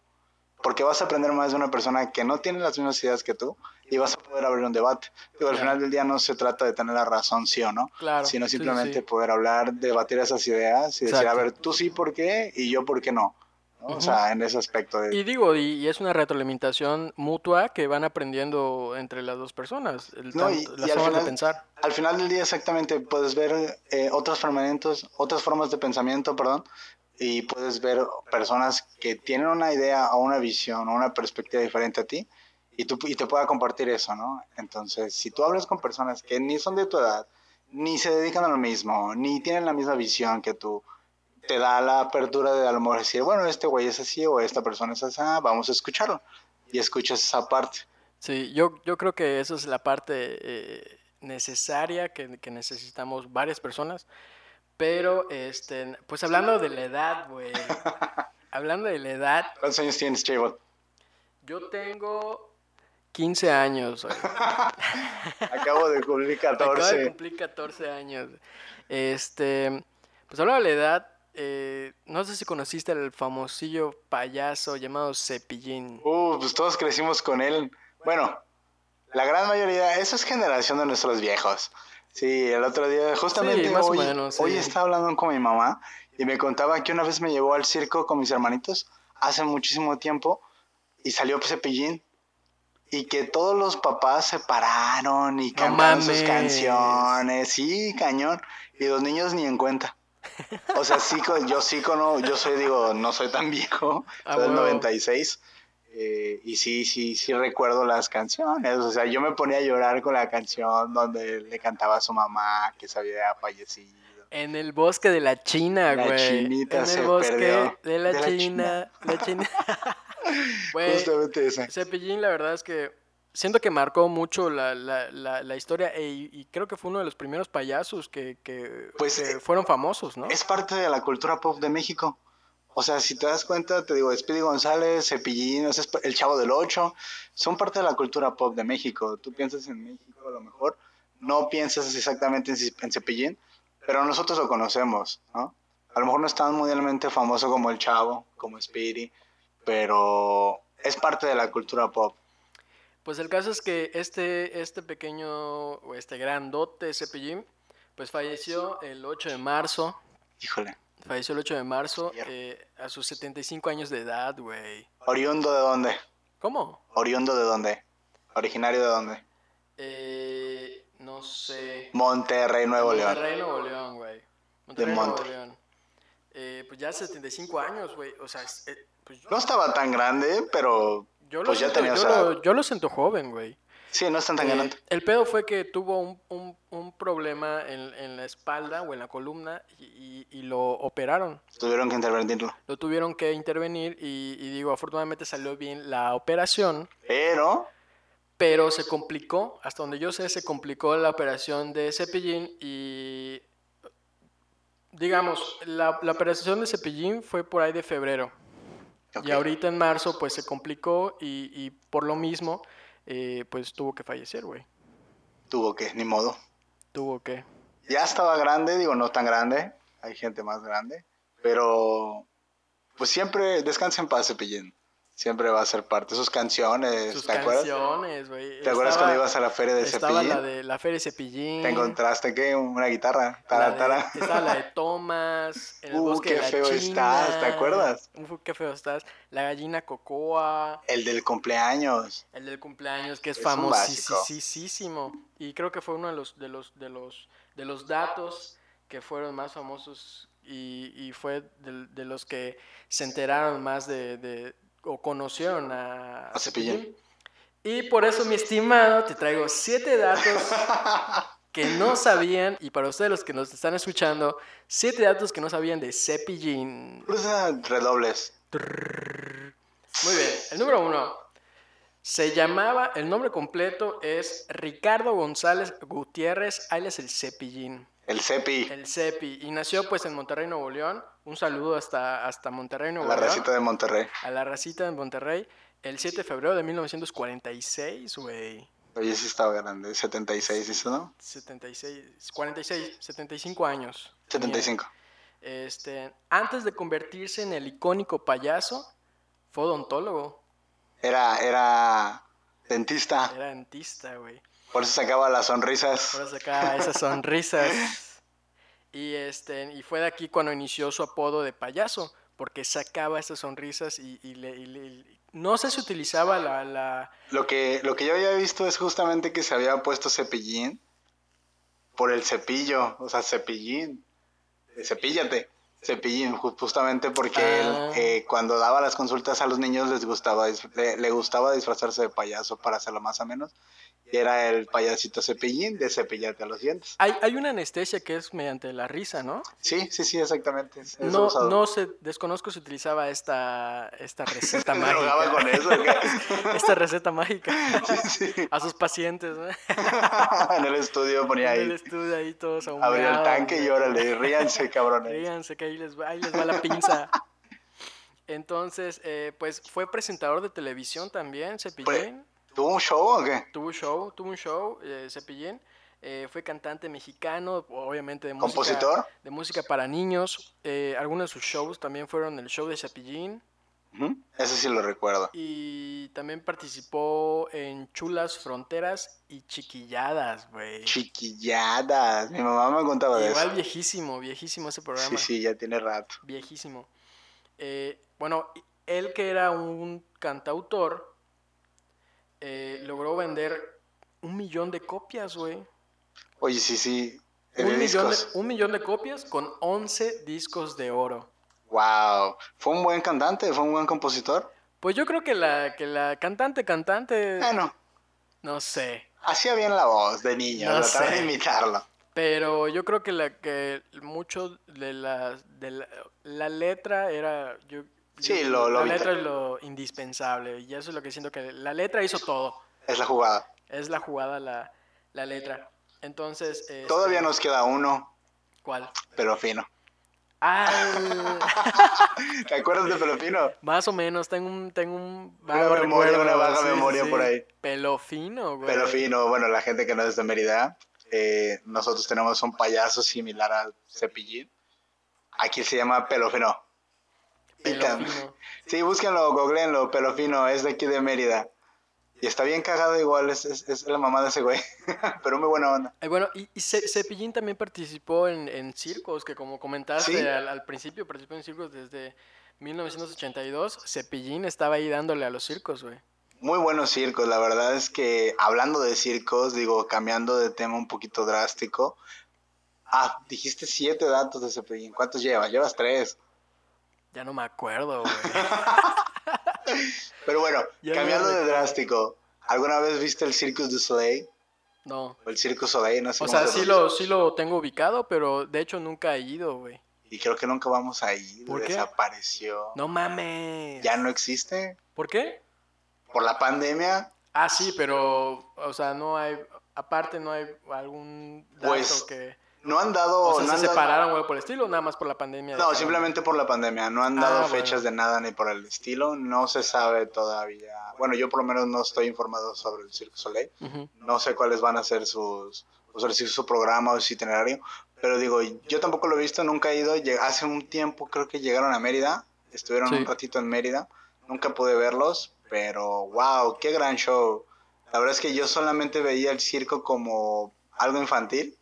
[SPEAKER 2] porque vas a aprender más de una persona que no tiene las mismas ideas que tú y vas a poder abrir un debate. Digo, al
[SPEAKER 1] Claro.
[SPEAKER 2] final del día no se trata de tener la razón sí o no,
[SPEAKER 1] Claro,
[SPEAKER 2] sino
[SPEAKER 1] sí, sí,
[SPEAKER 2] simplemente
[SPEAKER 1] sí.
[SPEAKER 2] poder hablar, debatir esas ideas y decir, a
[SPEAKER 1] Exacto.
[SPEAKER 2] ver, tú sí por qué y yo por qué no. ¿no?
[SPEAKER 1] Ujú.
[SPEAKER 2] O sea, en ese aspecto de...
[SPEAKER 1] Y digo, y, y es una retroalimentación mutua que van aprendiendo entre las dos personas, el
[SPEAKER 2] No,
[SPEAKER 1] tan-
[SPEAKER 2] y-
[SPEAKER 1] las
[SPEAKER 2] y
[SPEAKER 1] formas
[SPEAKER 2] al
[SPEAKER 1] de
[SPEAKER 2] final-
[SPEAKER 1] pensar.
[SPEAKER 2] Al final del día exactamente puedes ver eh, otros fundamentos, otras formas de pensamiento, perdón, y puedes ver personas que tienen una idea o una visión o una perspectiva diferente a ti y, tú, y te pueda compartir eso, ¿no? Entonces, si tú hablas con personas que ni son de tu edad, ni se dedican a lo mismo, ni tienen la misma visión que tú, te da la apertura de a lo mejor decir, bueno, este güey es así o esta persona es así, ah, vamos a escucharlo. Y escuchas esa parte.
[SPEAKER 1] Sí, yo, yo creo que eso es la parte eh, necesaria que, que necesitamos varias personas. Pero, este, pues hablando de la edad, güey. hablando de la edad,
[SPEAKER 2] ¿Cuántos años tienes, Chavo?
[SPEAKER 1] yo tengo 15 años. güey.
[SPEAKER 2] Acabo de cumplir
[SPEAKER 1] Acabo de
[SPEAKER 2] 14.
[SPEAKER 1] cumplir 14 años. Este, pues hablando de la edad, eh, no sé si conociste al famosillo payaso llamado Cepillín.
[SPEAKER 2] Uh, pues todos crecimos con él. Bueno, la gran mayoría, eso es generación de nuestros viejos. Sí, el otro día, justamente
[SPEAKER 1] Sí, más o
[SPEAKER 2] hoy,
[SPEAKER 1] menos,
[SPEAKER 2] hoy
[SPEAKER 1] sí.
[SPEAKER 2] estaba hablando con mi mamá y me contaba que una vez me llevó al circo con mis hermanitos hace muchísimo tiempo y salió Cepillín y que todos los papás se pararon y cantaron sus
[SPEAKER 1] mames.
[SPEAKER 2] canciones. Sí, cañón. Y los niños ni en cuenta. O sea, sí, con- yo sí cono, yo soy, digo, no soy tan viejo,
[SPEAKER 1] Ah,
[SPEAKER 2] soy del
[SPEAKER 1] huevo.
[SPEAKER 2] 96. eh, y sí, sí, sí recuerdo las canciones. O sea, yo me ponía a llorar con la canción donde le cantaba a su mamá que se había fallecido.
[SPEAKER 1] En el bosque de la China,
[SPEAKER 2] La
[SPEAKER 1] güey.
[SPEAKER 2] chinita
[SPEAKER 1] en el
[SPEAKER 2] se
[SPEAKER 1] bosque
[SPEAKER 2] perdió.
[SPEAKER 1] de la
[SPEAKER 2] De la
[SPEAKER 1] China. La China. Güey,
[SPEAKER 2] Justamente esa.
[SPEAKER 1] Cepillín, la verdad es que siento que marcó mucho la, la- la- la historia e- y creo que fue uno de los primeros payasos que, que-
[SPEAKER 2] Pues,
[SPEAKER 1] que
[SPEAKER 2] eh,
[SPEAKER 1] fueron famosos, ¿no?
[SPEAKER 2] Es parte de la cultura pop de México. O sea, si te das cuenta, te digo, Speedy González, Cepillín, o sea, es pa- El Chavo del Ocho, son parte de la cultura pop de México. Tú piensas en México a lo mejor, no piensas exactamente en, Ce- en Cepillín, pero nosotros lo conocemos, ¿no? A lo mejor no es tan mundialmente famoso como El Chavo, como Speedy, pero es parte de la cultura pop.
[SPEAKER 1] Pues el caso es que este, este pequeño o este grandote Cepillín, pues falleció el 8 de marzo.
[SPEAKER 2] Híjole.
[SPEAKER 1] Falleció el 8 de marzo
[SPEAKER 2] Hierro.
[SPEAKER 1] eh, a sus 75 años de edad, güey.
[SPEAKER 2] ¿Oriundo de dónde?
[SPEAKER 1] ¿Cómo?
[SPEAKER 2] ¿Oriundo de dónde? ¿Originario de dónde?
[SPEAKER 1] Eh, no sé.
[SPEAKER 2] Monterrey, Nuevo León.
[SPEAKER 1] Monterrey, Nuevo León, güey. Monterrey, Nuevo
[SPEAKER 2] Monterrey.
[SPEAKER 1] León. Eh, pues ya 75 años, güey. O sea, es- eh, pues yo,
[SPEAKER 2] No estaba tan grande, pero
[SPEAKER 1] yo lo
[SPEAKER 2] pues ya
[SPEAKER 1] siento,
[SPEAKER 2] tenía
[SPEAKER 1] yo
[SPEAKER 2] su edad.
[SPEAKER 1] lo- yo lo siento joven, güey.
[SPEAKER 2] sí, no están tan
[SPEAKER 1] Eh,
[SPEAKER 2] grande.
[SPEAKER 1] el pedo fue que tuvo un, un- un problema en, en la espalda o en la columna y, y- y lo operaron.
[SPEAKER 2] Tuvieron que intervenirlo.
[SPEAKER 1] Lo tuvieron que intervenir y, y digo, afortunadamente salió bien la operación,
[SPEAKER 2] Pero,
[SPEAKER 1] pero se complicó, hasta donde yo sé, se complicó la operación de Cepillín y, digamos, la, la operación de Cepillín fue por ahí de febrero.
[SPEAKER 2] ok,
[SPEAKER 1] Y ahorita en marzo pues se complicó y, y por lo mismo eh, pues tuvo que fallecer, güey.
[SPEAKER 2] tuvo que, ni modo.
[SPEAKER 1] Tuvo que.
[SPEAKER 2] Ya estaba grande, digo, no tan grande. Hay gente más grande. Pero, pues siempre descansa en paz, Cepillín. Siempre va a ser parte. Sus canciones,
[SPEAKER 1] Sus
[SPEAKER 2] ¿te acuerdas?
[SPEAKER 1] canciones, güey.
[SPEAKER 2] ¿Te acuerdas cuando ibas a la feria de
[SPEAKER 1] Estaba
[SPEAKER 2] Cepillín?
[SPEAKER 1] la de la Feria de Cepillín.
[SPEAKER 2] Te encontraste, ¿qué? Una guitarra.
[SPEAKER 1] la
[SPEAKER 2] Tara,
[SPEAKER 1] de-
[SPEAKER 2] tara.
[SPEAKER 1] Estaba la de Tomás. En el
[SPEAKER 2] Uh,
[SPEAKER 1] bosque
[SPEAKER 2] qué
[SPEAKER 1] de la
[SPEAKER 2] feo
[SPEAKER 1] China,
[SPEAKER 2] estás, ¿te acuerdas?
[SPEAKER 1] Uh, qué feo estás. La gallina Cocoa.
[SPEAKER 2] El del cumpleaños.
[SPEAKER 1] El del cumpleaños, que es,
[SPEAKER 2] Es un básico.
[SPEAKER 1] famosísimo. Y creo que fue uno de los, de los, de los, de los datos que fueron más famosos y, y fue de, de los que se enteraron más de, de- o conocieron a,
[SPEAKER 2] A Cepillín.
[SPEAKER 1] Y por eso, mi estimado, te traigo siete datos que no sabían, y para ustedes los que nos están escuchando, siete datos que no sabían de Cepillín.
[SPEAKER 2] Cruza Pues, ah, redobles.
[SPEAKER 1] Muy bien, el número uno. Se llamaba, el nombre completo es Ricardo González Gutiérrez Ailes el Cepillín,
[SPEAKER 2] El Cepi.
[SPEAKER 1] el Cepi, y nació pues en Monterrey, Nuevo León. Un saludo hasta, hasta Monterrey, Nuevo
[SPEAKER 2] La
[SPEAKER 1] León.
[SPEAKER 2] racita de Monterrey.
[SPEAKER 1] A la racita de Monterrey, el 7 de febrero de 1946, güey.
[SPEAKER 2] Oye, sí estaba grande. 76, ¿eso no?
[SPEAKER 1] 76, 46, 75 años. tenía.
[SPEAKER 2] 75.
[SPEAKER 1] Este, antes de convertirse en el icónico payaso, fue odontólogo.
[SPEAKER 2] Era, era dentista.
[SPEAKER 1] Era dentista, güey.
[SPEAKER 2] Por eso sacaba las
[SPEAKER 1] Por
[SPEAKER 2] sonrisas.
[SPEAKER 1] eso sacaba esas sonrisas. Y, este, y fue de aquí cuando inició su apodo de payaso, porque sacaba esas sonrisas y, y le- y le- y- no sé si utilizaba la... la-
[SPEAKER 2] Lo que, lo que yo había visto es justamente que se había puesto cepillín por el cepillo. O sea, cepillín. Eh, Cepíllate. Cepillín, ju- justamente porque
[SPEAKER 1] Ah.
[SPEAKER 2] él, eh, cuando daba las consultas a los niños les gustaba, dis- le, le gustaba disfrazarse de payaso para hacerlo más o menos. Y era el payasito cepillín de cepillarte a los dientes.
[SPEAKER 1] Hay, hay una anestesia que es mediante la risa, ¿no?
[SPEAKER 2] Sí, sí, sí, exactamente. es- es
[SPEAKER 1] No,
[SPEAKER 2] usado.
[SPEAKER 1] no se desconozco si utilizaba esta, esta receta
[SPEAKER 2] ¿Se drogaba
[SPEAKER 1] mágica.
[SPEAKER 2] con eso, ¿o qué?
[SPEAKER 1] esta receta mágica
[SPEAKER 2] Sí, sí.
[SPEAKER 1] a sus pacientes, ¿no?
[SPEAKER 2] en el estudio ponía
[SPEAKER 1] En el
[SPEAKER 2] ahí.
[SPEAKER 1] estudio ahí todos
[SPEAKER 2] Abrió el
[SPEAKER 1] ahumeados,
[SPEAKER 2] tanque y
[SPEAKER 1] ¿no?
[SPEAKER 2] órale, ríanse, cabrones.
[SPEAKER 1] Ríanse que ahí les va, ahí les va la pinza. Entonces, eh, pues fue presentador de televisión también, Cepillín.
[SPEAKER 2] ¿Tuvo un show o qué?
[SPEAKER 1] Tuvo un show, tuvo un show, eh, Cepillín. Eh, fue cantante mexicano, obviamente de música,
[SPEAKER 2] ¿Compositor?
[SPEAKER 1] de música para niños. Eh, algunos de sus shows también fueron el show de Cepillín.
[SPEAKER 2] Ujú, Ese sí lo recuerdo.
[SPEAKER 1] Y también participó en Chulas, Fronteras y Chiquilladas, güey.
[SPEAKER 2] Chiquilladas. Mi mamá me contaba de
[SPEAKER 1] Igual
[SPEAKER 2] eso.
[SPEAKER 1] viejísimo, viejísimo ese programa.
[SPEAKER 2] Sí, sí, ya tiene rato.
[SPEAKER 1] viejísimo. Eh, bueno, él que era un cantautor, eh, logró vender un millón de copias, güey.
[SPEAKER 2] Oye, sí, sí. eh, De
[SPEAKER 1] Un millón de,
[SPEAKER 2] discos.
[SPEAKER 1] un millón de copias con 11 discos de oro.
[SPEAKER 2] Wow. Fue un buen cantante, fue un buen compositor.
[SPEAKER 1] Pues yo creo que la, que la cantante, cantante,
[SPEAKER 2] Bueno,
[SPEAKER 1] no sé.
[SPEAKER 2] hacía bien la voz de niño.
[SPEAKER 1] No
[SPEAKER 2] trataba de
[SPEAKER 1] sé.
[SPEAKER 2] imitarlo.
[SPEAKER 1] Pero yo creo que la que mucho de la, de la, la letra era... Yo,
[SPEAKER 2] Sí,
[SPEAKER 1] yo-
[SPEAKER 2] lo- lo
[SPEAKER 1] la
[SPEAKER 2] vital.
[SPEAKER 1] letra es lo indispensable. Y eso es lo que siento que la letra hizo todo.
[SPEAKER 2] Es la jugada.
[SPEAKER 1] Es la jugada, la, la letra. Entonces. este,
[SPEAKER 2] Todavía nos queda uno,
[SPEAKER 1] ¿Cuál?
[SPEAKER 2] pero fino.
[SPEAKER 1] Ah,
[SPEAKER 2] ¿Te acuerdas de Pelopino?
[SPEAKER 1] más o menos. Tengo un. Tengo un
[SPEAKER 2] Una memoria, una baja memoria por ahí.
[SPEAKER 1] Pelo fino, güey.
[SPEAKER 2] Pero fino, bueno, la gente que no es de Mérida, eh, nosotros tenemos un payaso similar al cepillín. Aquí se llama Pelofino.
[SPEAKER 1] Pelo
[SPEAKER 2] Pican.
[SPEAKER 1] fino.
[SPEAKER 2] Sí, búsquenlo, googleenlo, Pelofino, es de aquí de Mérida. Y está bien cagado igual, es, es- es la mamá de ese güey. Pero muy buena onda.
[SPEAKER 1] Eh, bueno, y, y Ce- Cepillín también participó en, en circos, que como comentaste
[SPEAKER 2] Sí.
[SPEAKER 1] al, al principio, participó en circos desde 1982. Cepillín estaba ahí dándole a los circos, güey.
[SPEAKER 2] Muy buenos circos, la verdad es que hablando de circos, digo, cambiando de tema un poquito drástico. Ah, dijiste siete datos de Cepillín. ¿Cuántos llevas? Llevas tres.
[SPEAKER 1] Ya no me acuerdo, güey.
[SPEAKER 2] Pero bueno,
[SPEAKER 1] Ya
[SPEAKER 2] cambiando
[SPEAKER 1] no
[SPEAKER 2] de
[SPEAKER 1] recuerdo.
[SPEAKER 2] drástico, ¿alguna vez viste el Circus du Soleil?
[SPEAKER 1] No.
[SPEAKER 2] O el Circo Soleil, no sé
[SPEAKER 1] O
[SPEAKER 2] cómo
[SPEAKER 1] sea,
[SPEAKER 2] se
[SPEAKER 1] sí lo, sí lo tengo ubicado, pero de hecho nunca he ido, güey.
[SPEAKER 2] Y creo que nunca vamos a ir,
[SPEAKER 1] ¿Por qué?
[SPEAKER 2] desapareció.
[SPEAKER 1] No mames.
[SPEAKER 2] Ya no existe.
[SPEAKER 1] ¿Por qué?
[SPEAKER 2] Por la pandemia,
[SPEAKER 1] Ah, sí, pero, o sea, no hay, aparte no hay algún dato
[SPEAKER 2] Pues,
[SPEAKER 1] que...
[SPEAKER 2] no han dado...
[SPEAKER 1] O sea,
[SPEAKER 2] no
[SPEAKER 1] se
[SPEAKER 2] han dado-
[SPEAKER 1] separaron, güey, por el estilo, o nada más por la pandemia.
[SPEAKER 2] No,
[SPEAKER 1] dejaron?
[SPEAKER 2] simplemente por la pandemia. No han
[SPEAKER 1] Ah,
[SPEAKER 2] dado
[SPEAKER 1] bueno.
[SPEAKER 2] fechas de nada ni por el estilo. No se sabe todavía. Bueno, yo por lo menos no estoy informado sobre el Circo Soleil.
[SPEAKER 1] Ujú.
[SPEAKER 2] No sé cuáles van a ser sus, o sea, si su programa o su itinerario, pero digo, yo tampoco lo he visto, nunca he ido. Lle- Hace un tiempo creo que llegaron a Mérida, estuvieron
[SPEAKER 1] Sí.
[SPEAKER 2] un ratito en Mérida, nunca pude verlos, pero wow, qué gran show. La verdad es que yo solamente veía el circo como algo infantil,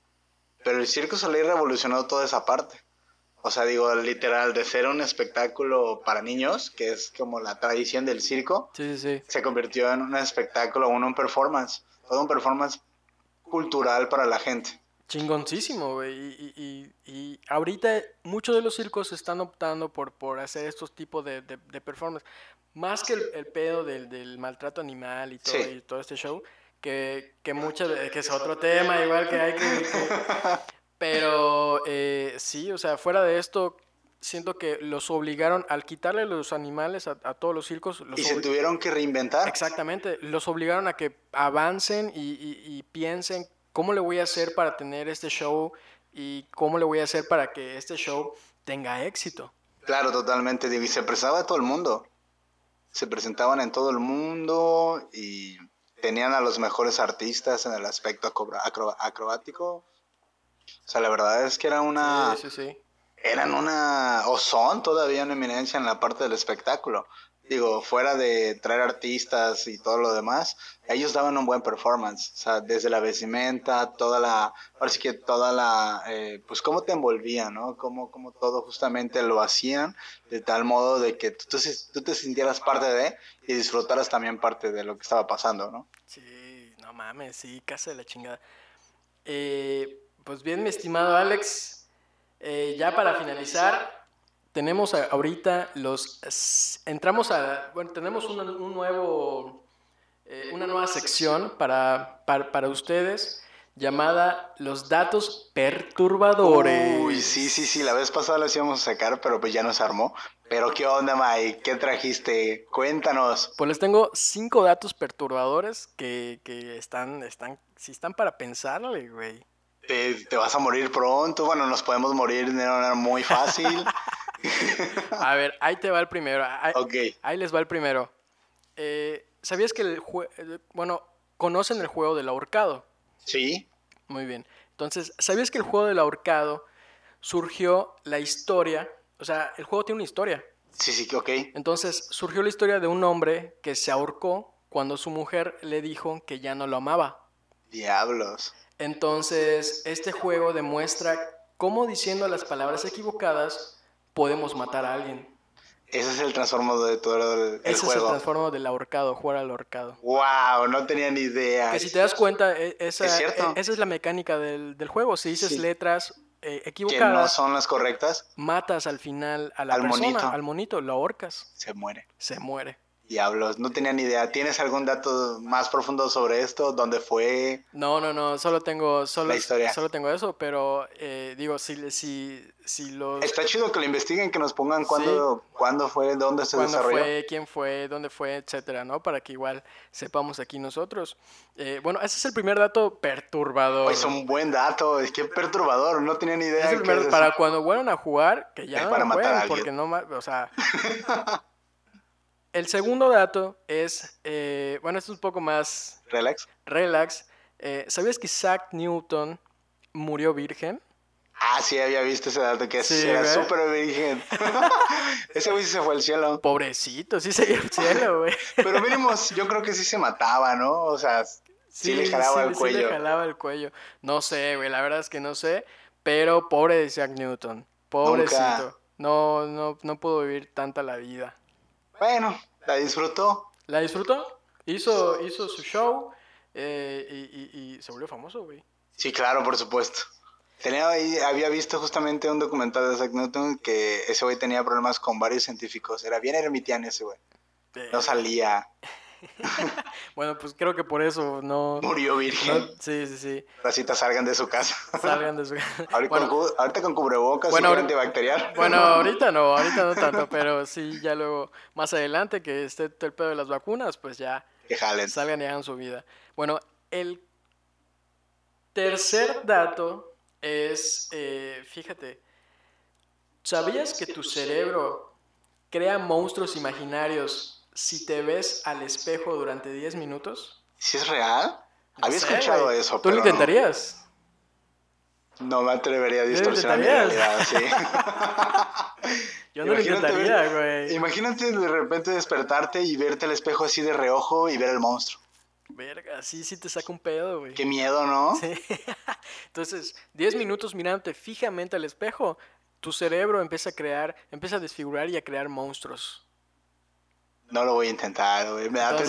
[SPEAKER 2] pero el Circo Soleil revolucionó toda esa parte. O sea, digo, literal, de ser un espectáculo para niños, que es como la tradición del circo,
[SPEAKER 1] Sí, sí, sí.
[SPEAKER 2] se convirtió en un espectáculo, en un performance, todo un performance cultural para la gente.
[SPEAKER 1] Chingoncísimo, güey. Y, y- y- y ahorita muchos de los circos están optando por, por hacer estos tipos de, de, de performance. Más que el, el pedo del, del maltrato animal y todo,
[SPEAKER 2] Sí.
[SPEAKER 1] y todo este show, que, que muchas veces- que es otro tema, igual que hay que... que- Pero eh, sí, o sea, fuera de esto, siento que los obligaron al quitarle los animales a, a todos los circos. Los
[SPEAKER 2] Y se
[SPEAKER 1] obli-
[SPEAKER 2] tuvieron que reinventar.
[SPEAKER 1] Exactamente, los obligaron a que avancen y, y- y piensen cómo le voy a hacer para tener este show y cómo le voy a hacer para que este show tenga éxito.
[SPEAKER 2] Claro, totalmente. digo, Y se presentaba a todo el mundo. Se presentaban en todo el mundo y tenían a los mejores artistas en el aspecto acobra- acro- acrobático. O sea, la verdad es que era una...
[SPEAKER 1] Sí, sí, sí.
[SPEAKER 2] eran una, o son todavía una eminencia en la parte del espectáculo. digo, fuera de traer artistas y todo lo demás, ellos daban un buen performance, o sea, desde la vestimenta, toda la, parece que toda la, eh, pues cómo te envolvían, ¿no? Cómo, cómo todo justamente lo hacían, de tal modo de que tú, tú te sintieras parte de y disfrutaras también parte de lo que estaba pasando, ¿no?
[SPEAKER 1] Sí, no mames, sí, casa de la chingada. Eh, pues bien, mi estimado Alex, eh, ya para finalizar, tenemos ahorita los entramos a bueno tenemos un, un nuevo eh, una nueva sección para, para, para, ustedes llamada los datos perturbadores
[SPEAKER 2] uy sí sí sí la vez pasada los íbamos a sacar pero pues ya nos armó pero qué onda Mike qué trajiste cuéntanos
[SPEAKER 1] pues les tengo cinco datos perturbadores que, que están están sí están para pensarle güey
[SPEAKER 2] te, te vas a morir pronto bueno nos podemos morir de manera muy fácil
[SPEAKER 1] A ver, ahí te va el primero. Ahí, okay. ahí les va el primero. Eh, ¿Sabías que el juego. Bueno, conocen el juego del ahorcado?
[SPEAKER 2] Sí.
[SPEAKER 1] Muy bien. Entonces, ¿sabías que el juego del ahorcado surgió la historia? O sea, el juego tiene una historia.
[SPEAKER 2] Sí, sí, ok.
[SPEAKER 1] Entonces, surgió la historia de un hombre que se ahorcó cuando su mujer le dijo que ya no lo amaba.
[SPEAKER 2] Diablos.
[SPEAKER 1] Entonces, este juego demuestra cómo diciendo las palabras equivocadas podemos matar a alguien.
[SPEAKER 2] Ese es el transformo de todo el, el
[SPEAKER 1] Ese
[SPEAKER 2] juego.
[SPEAKER 1] es el transformo del ahorcado, jugar al ahorcado.
[SPEAKER 2] ¡Wow! No tenía ni idea.
[SPEAKER 1] Que si te das cuenta, e, esa es, esa es la mecánica del, del, juego. Si dices sí. letras eh, equivocadas.
[SPEAKER 2] Que no son las correctas.
[SPEAKER 1] Matas al final a la al persona, monito. al monito, lo ahorcas.
[SPEAKER 2] Se muere.
[SPEAKER 1] Se muere.
[SPEAKER 2] Diablos, no tenía ni idea. ¿Tienes algún dato más profundo sobre esto? ¿Dónde fue?
[SPEAKER 1] No, no, no, solo tengo, solo, la historia. solo tengo eso, pero eh, digo, si, si, si lo...
[SPEAKER 2] Está chido que lo investiguen, que nos pongan sí. cuándo, cuándo, fue, dónde se
[SPEAKER 1] ¿Cuándo
[SPEAKER 2] desarrolló.
[SPEAKER 1] fue, quién fue, dónde fue, etcétera, ¿no? Para que igual sepamos aquí nosotros. Eh, bueno, ese es el primer dato perturbador.
[SPEAKER 2] Es Pues un buen dato, es que perturbador, no tenía ni idea.
[SPEAKER 1] Es el primer, es para cuando vuelvan a jugar, que
[SPEAKER 2] Eh,
[SPEAKER 1] ya es no para matar jueguen, a porque no, o sea... El segundo dato es, eh, bueno, esto es un poco más...
[SPEAKER 2] Relax.
[SPEAKER 1] Relax. Eh, ¿Sabías que Isaac Newton murió virgen?
[SPEAKER 2] Ah, sí, había visto ese dato, que sí, era súper virgen. ese güey sí se fue al cielo.
[SPEAKER 1] Pobrecito, sí se fue al cielo, güey.
[SPEAKER 2] Pero mínimo, yo creo que sí se mataba, ¿no? O sea, sí, sí le jalaba sí, el cuello.
[SPEAKER 1] Sí le jalaba el cuello. No sé, güey, la verdad es que no sé. Pero pobre de Isaac Newton, pobrecito. Nunca. No, no, no pudo vivir tanta la vida.
[SPEAKER 2] Bueno, la disfrutó.
[SPEAKER 1] La disfrutó. Hizo, hizo su show eh, y, y, y, se volvió famoso, güey.
[SPEAKER 2] Sí, claro, por supuesto. Tenía ahí, había visto justamente un documental de Isaac Newton que ese güey tenía problemas con varios científicos. Era bien ermitiano ese güey. Eh. No salía.
[SPEAKER 1] bueno, pues creo que por eso no.
[SPEAKER 2] Murió virgen. No,
[SPEAKER 1] sí, sí, sí.
[SPEAKER 2] Racitas salgan de su casa.
[SPEAKER 1] Salgan de su casa.
[SPEAKER 2] ahorita, bueno, con, ahorita con cubrebocas, bueno, ahorita, antibacterial.
[SPEAKER 1] Bueno, ahorita no, ahorita no tanto, pero sí, ya luego, más adelante que esté todo el pedo de las vacunas, pues ya.
[SPEAKER 2] Que jalen.
[SPEAKER 1] Salgan y hagan su vida. Bueno, el tercer dato es, eh, fíjate, ¿sabías que tu cerebro crea monstruos imaginarios si te ves al espejo durante 10 minutos?
[SPEAKER 2] ¿Si es real? Había sé, escuchado wey. eso.
[SPEAKER 1] ¿Tú lo intentarías?
[SPEAKER 2] No. no. me atrevería a distorsionar mi realidad, sí.
[SPEAKER 1] Yo no imagínate, lo intentaría, güey.
[SPEAKER 2] Imagínate de repente despertarte y verte al espejo así de reojo y ver al monstruo.
[SPEAKER 1] Verga, sí, sí te saca un pedo, güey.
[SPEAKER 2] Qué miedo, ¿no?
[SPEAKER 1] Sí. Entonces, 10 minutos mirándote fijamente al espejo, tu cerebro empieza a crear, empieza a desfigurar y a crear monstruos.
[SPEAKER 2] No lo voy a intentar, güey. Me da Entonces,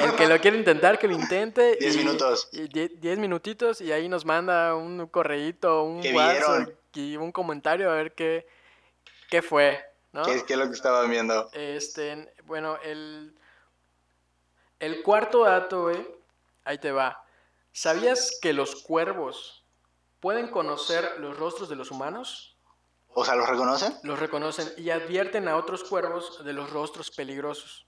[SPEAKER 1] El que lo quiere intentar, que lo intente.
[SPEAKER 2] Diez y, minutos.
[SPEAKER 1] Y diez, diez, minutitos y ahí nos manda un correíto, un WhatsApp y un comentario a ver qué, qué fue, ¿no?
[SPEAKER 2] ¿Qué, ¿Qué, es lo que estaban viendo?
[SPEAKER 1] Este, bueno, el, el cuarto dato, güey, ahí te va. ¿Sabías que los cuervos pueden conocer los rostros de los humanos?
[SPEAKER 2] O sea, ¿los reconocen?
[SPEAKER 1] Los reconocen y advierten a otros cuervos de los rostros peligrosos.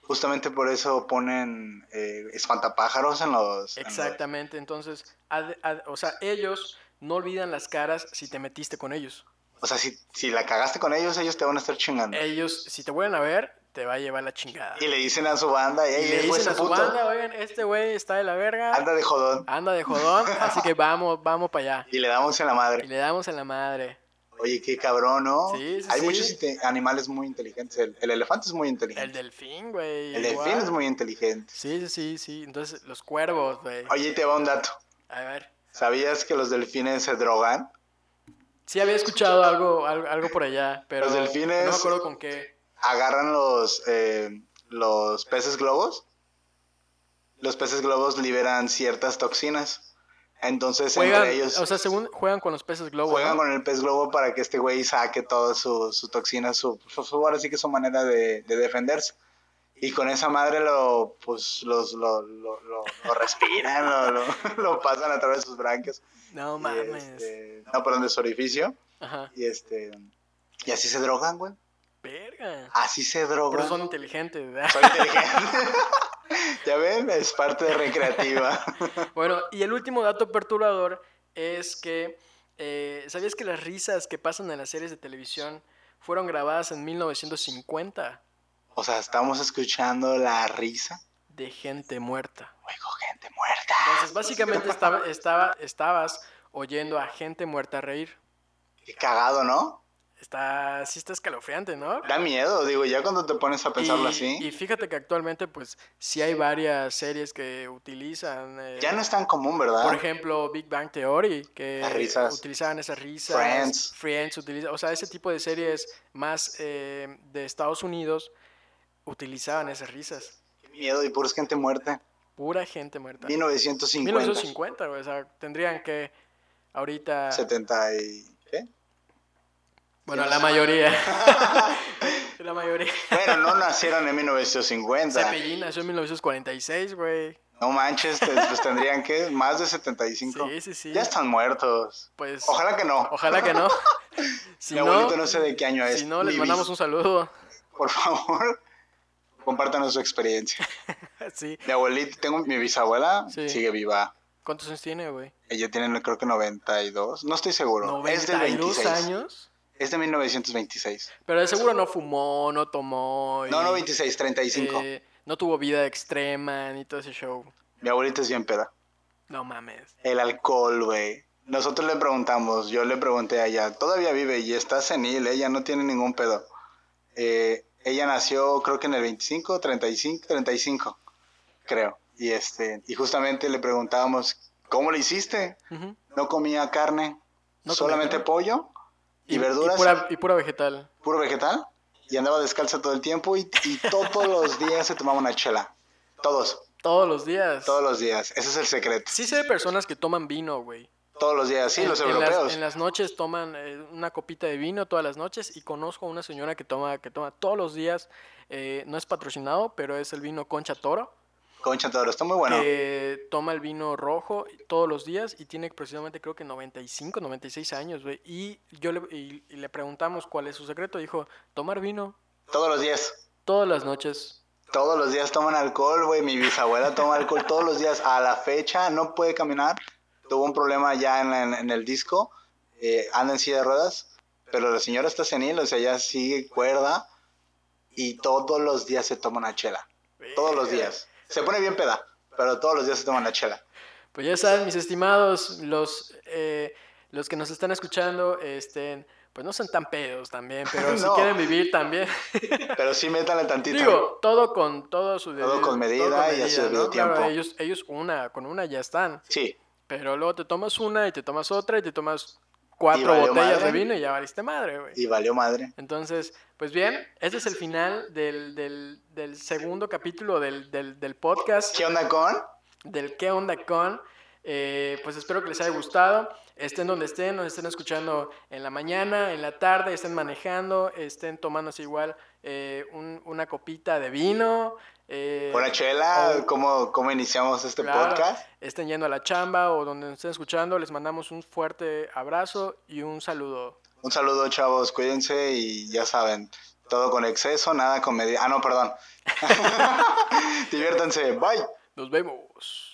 [SPEAKER 2] Justamente por eso ponen eh, espantapájaros en los...
[SPEAKER 1] Exactamente, en los... entonces, ad, ad, o sea, ellos no olvidan las caras si te metiste con ellos.
[SPEAKER 2] O sea, si, si la cagaste con ellos, ellos te van a estar chingando.
[SPEAKER 1] Ellos, si te vuelven a ver, te va a llevar la chingada.
[SPEAKER 2] Y le dicen a su banda, y,
[SPEAKER 1] y le dicen a su puto. banda, oigan, este güey está de la verga.
[SPEAKER 2] Anda de jodón.
[SPEAKER 1] Anda de jodón, así que vamos, vamos para allá.
[SPEAKER 2] Y le damos en la madre.
[SPEAKER 1] Y le damos en la madre.
[SPEAKER 2] Oye, qué cabrón, ¿no?
[SPEAKER 1] Sí, sí,
[SPEAKER 2] Hay
[SPEAKER 1] sí.
[SPEAKER 2] muchos inte- animales muy inteligentes. El, el elefante es muy
[SPEAKER 1] El
[SPEAKER 2] inteligente.
[SPEAKER 1] delfín, güey.
[SPEAKER 2] El, delfín
[SPEAKER 1] igual.
[SPEAKER 2] es muy inteligente.
[SPEAKER 1] Sí, sí, sí, sí. Entonces, los cuervos, güey.
[SPEAKER 2] Oye, te va un dato.
[SPEAKER 1] A ver.
[SPEAKER 2] ¿Sabías que los delfines se drogan?
[SPEAKER 1] Sí había escuchado algo, algo, algo por allá, pero
[SPEAKER 2] Los delfines-
[SPEAKER 1] no me acuerdo con qué.
[SPEAKER 2] Agarran los, eh, los peces globos. Los peces globos liberan ciertas toxinas. Entonces,
[SPEAKER 1] Juegan,
[SPEAKER 2] entre ellos...
[SPEAKER 1] o sea, según juegan con los peces globo.
[SPEAKER 2] Juegan
[SPEAKER 1] ¿no?
[SPEAKER 2] con el pez globo para que este güey saque toda su, su toxina, su, su, su- ahora sí que su manera de, de defenderse. Y con esa madre lo, pues, los, lo, lo, lo- lo respiran, lo, lo- lo pasan a través de sus branquias.
[SPEAKER 1] No
[SPEAKER 2] y,
[SPEAKER 1] mames.
[SPEAKER 2] este, no, perdón, de su orificio.
[SPEAKER 1] Ajá.
[SPEAKER 2] Y este y así se drogan, güey.
[SPEAKER 1] Verga.
[SPEAKER 2] Así se drogan.
[SPEAKER 1] Pero son inteligentes, ¿verdad?
[SPEAKER 2] Son inteligentes. ya ven, es parte recreativa.
[SPEAKER 1] Bueno, y el último dato perturbador es que eh, ¿sabías que las risas que pasan en las series de televisión fueron grabadas en 1950
[SPEAKER 2] o sea, estamos escuchando la risa.
[SPEAKER 1] de gente muerta?
[SPEAKER 2] Oigo gente muerta.
[SPEAKER 1] Entonces, básicamente estaba, estaba, estabas oyendo a gente muerta reír.
[SPEAKER 2] Qué cagado, ¿no?
[SPEAKER 1] Está, sí está escalofriante, ¿no?
[SPEAKER 2] Da miedo, digo, ya cuando te pones a pensarlo
[SPEAKER 1] y,
[SPEAKER 2] así,
[SPEAKER 1] y fíjate que actualmente, pues, sí hay varias series que utilizan. eh,
[SPEAKER 2] ya no es tan común, ¿verdad?
[SPEAKER 1] Por ejemplo, Big Bang Theory, que
[SPEAKER 2] Ah. Las risas.
[SPEAKER 1] utilizaban esas risas.
[SPEAKER 2] Friends.
[SPEAKER 1] Friends utiliza, o sea, ese tipo de series más eh, de Estados Unidos utilizaban esas risas.
[SPEAKER 2] Qué miedo y puros gente muerta.
[SPEAKER 1] Pura gente muerta.
[SPEAKER 2] 1950.
[SPEAKER 1] 1950, güey, o sea, tendrían que ahorita,
[SPEAKER 2] 70 y... ¿qué?
[SPEAKER 1] bueno, la mayoría, la mayoría.
[SPEAKER 2] Bueno, no nacieron en 1950.
[SPEAKER 1] Cepillín nació en 1946, güey.
[SPEAKER 2] No manches, te- pues tendrían que más de 75.
[SPEAKER 1] Sí, sí, sí.
[SPEAKER 2] Ya están muertos.
[SPEAKER 1] Pues,
[SPEAKER 2] Ojalá que no.
[SPEAKER 1] ojalá que no. Si
[SPEAKER 2] Mi
[SPEAKER 1] no,
[SPEAKER 2] abuelito no, sé de qué año es.
[SPEAKER 1] si no, les
[SPEAKER 2] Ni
[SPEAKER 1] mandamos
[SPEAKER 2] vi-
[SPEAKER 1] un saludo.
[SPEAKER 2] Por favor, compártanos su experiencia.
[SPEAKER 1] sí.
[SPEAKER 2] Mi abuelito, tengo mi bisabuela,
[SPEAKER 1] Sí.
[SPEAKER 2] sigue viva.
[SPEAKER 1] ¿Cuántos años tiene, güey?
[SPEAKER 2] Ella tiene creo que 92, no estoy seguro. es del
[SPEAKER 1] 92
[SPEAKER 2] 26.
[SPEAKER 1] años.
[SPEAKER 2] Es de 1926.
[SPEAKER 1] Pero de seguro no fumó, no tomó. y,
[SPEAKER 2] No, no 26, 35.
[SPEAKER 1] eh, no tuvo vida extrema ni todo ese show.
[SPEAKER 2] Mi abuelita es bien peda.
[SPEAKER 1] No mames.
[SPEAKER 2] El alcohol, güey. Nosotros le preguntamos, yo le pregunté a ella, todavía vive y está senil, ella no tiene ningún pedo. Eh, ella nació creo que en el 25, 35, 35, creo. Y, este, y justamente le preguntábamos, ¿cómo le hiciste?
[SPEAKER 1] Ujú.
[SPEAKER 2] No comía carne,
[SPEAKER 1] No comía
[SPEAKER 2] solamente
[SPEAKER 1] carne.
[SPEAKER 2] pollo y, verduras,
[SPEAKER 1] pura, y pura vegetal.
[SPEAKER 2] puro vegetal. Y andaba descalza todo el tiempo y, y todos los días se tomaba una chela. Todos,
[SPEAKER 1] Todos los días.
[SPEAKER 2] todos los días. Ese es el secreto.
[SPEAKER 1] Sí sé de personas que toman vino, güey.
[SPEAKER 2] Todos los días, sí,
[SPEAKER 1] En-
[SPEAKER 2] los
[SPEAKER 1] en las-
[SPEAKER 2] europeos.
[SPEAKER 1] En las, noches toman eh, una copita de vino todas las noches y conozco a una señora que toma, que toma todos los días, eh, no es patrocinado, pero es el vino Concha Toro,
[SPEAKER 2] Concha Toro, está muy bueno.
[SPEAKER 1] que toma el vino rojo todos los días y tiene aproximadamente creo que 95, 96 años, güey. Y yo le, y- y le preguntamos cuál es su secreto, dijo, tomar vino
[SPEAKER 2] Todos los días.
[SPEAKER 1] todas las noches.
[SPEAKER 2] Todos los días toman alcohol, güey. Mi bisabuela toma alcohol todos los días. A la fecha no puede caminar. Tuvo un problema ya en, en- en el disco. Eh, anda en silla de ruedas. Pero la señora está senil, o sea, ya sigue cuerda. Y todos los días se toma una chela. Todos los días. Se pone bien peda, pero todos los días se toma una chela.
[SPEAKER 1] Pues ya saben, mis estimados, los, eh, los que nos están escuchando, este, pues no sean tan pedos también, pero si
[SPEAKER 2] No.
[SPEAKER 1] quieren vivir también.
[SPEAKER 2] Pero sí, métale tantito.
[SPEAKER 1] Digo, todo con todo su
[SPEAKER 2] Todo con medida y a su debido
[SPEAKER 1] Claro,
[SPEAKER 2] tiempo.
[SPEAKER 1] ellos, ellos una, con una ya están.
[SPEAKER 2] Sí,
[SPEAKER 1] Pero luego te tomas una y te tomas otra y te tomas
[SPEAKER 2] Y
[SPEAKER 1] cuatro
[SPEAKER 2] valió
[SPEAKER 1] botellas de
[SPEAKER 2] madre.
[SPEAKER 1] vino y ya valiste madre, güey.
[SPEAKER 2] y valió madre.
[SPEAKER 1] Entonces, pues bien, este es el final del, del, del segundo capítulo del, del, del podcast,
[SPEAKER 2] ¿Qué onda con?
[SPEAKER 1] del qué onda con. Eh, pues espero que les haya gustado. Estén donde estén, nos estén escuchando en la mañana, en la tarde, estén manejando, estén tomándose igual eh, un- una copita de vino. eh,
[SPEAKER 2] Una chela,
[SPEAKER 1] oh.
[SPEAKER 2] ¿cómo, cómo iniciamos este
[SPEAKER 1] Claro.
[SPEAKER 2] podcast?
[SPEAKER 1] estén yendo a la chamba o donde nos estén escuchando, les mandamos un fuerte abrazo y un saludo.
[SPEAKER 2] Un saludo, chavos. Cuídense y ya saben, todo con exceso, nada con medida. Ah, no, perdón. Diviértanse. Bye.
[SPEAKER 1] Nos vemos.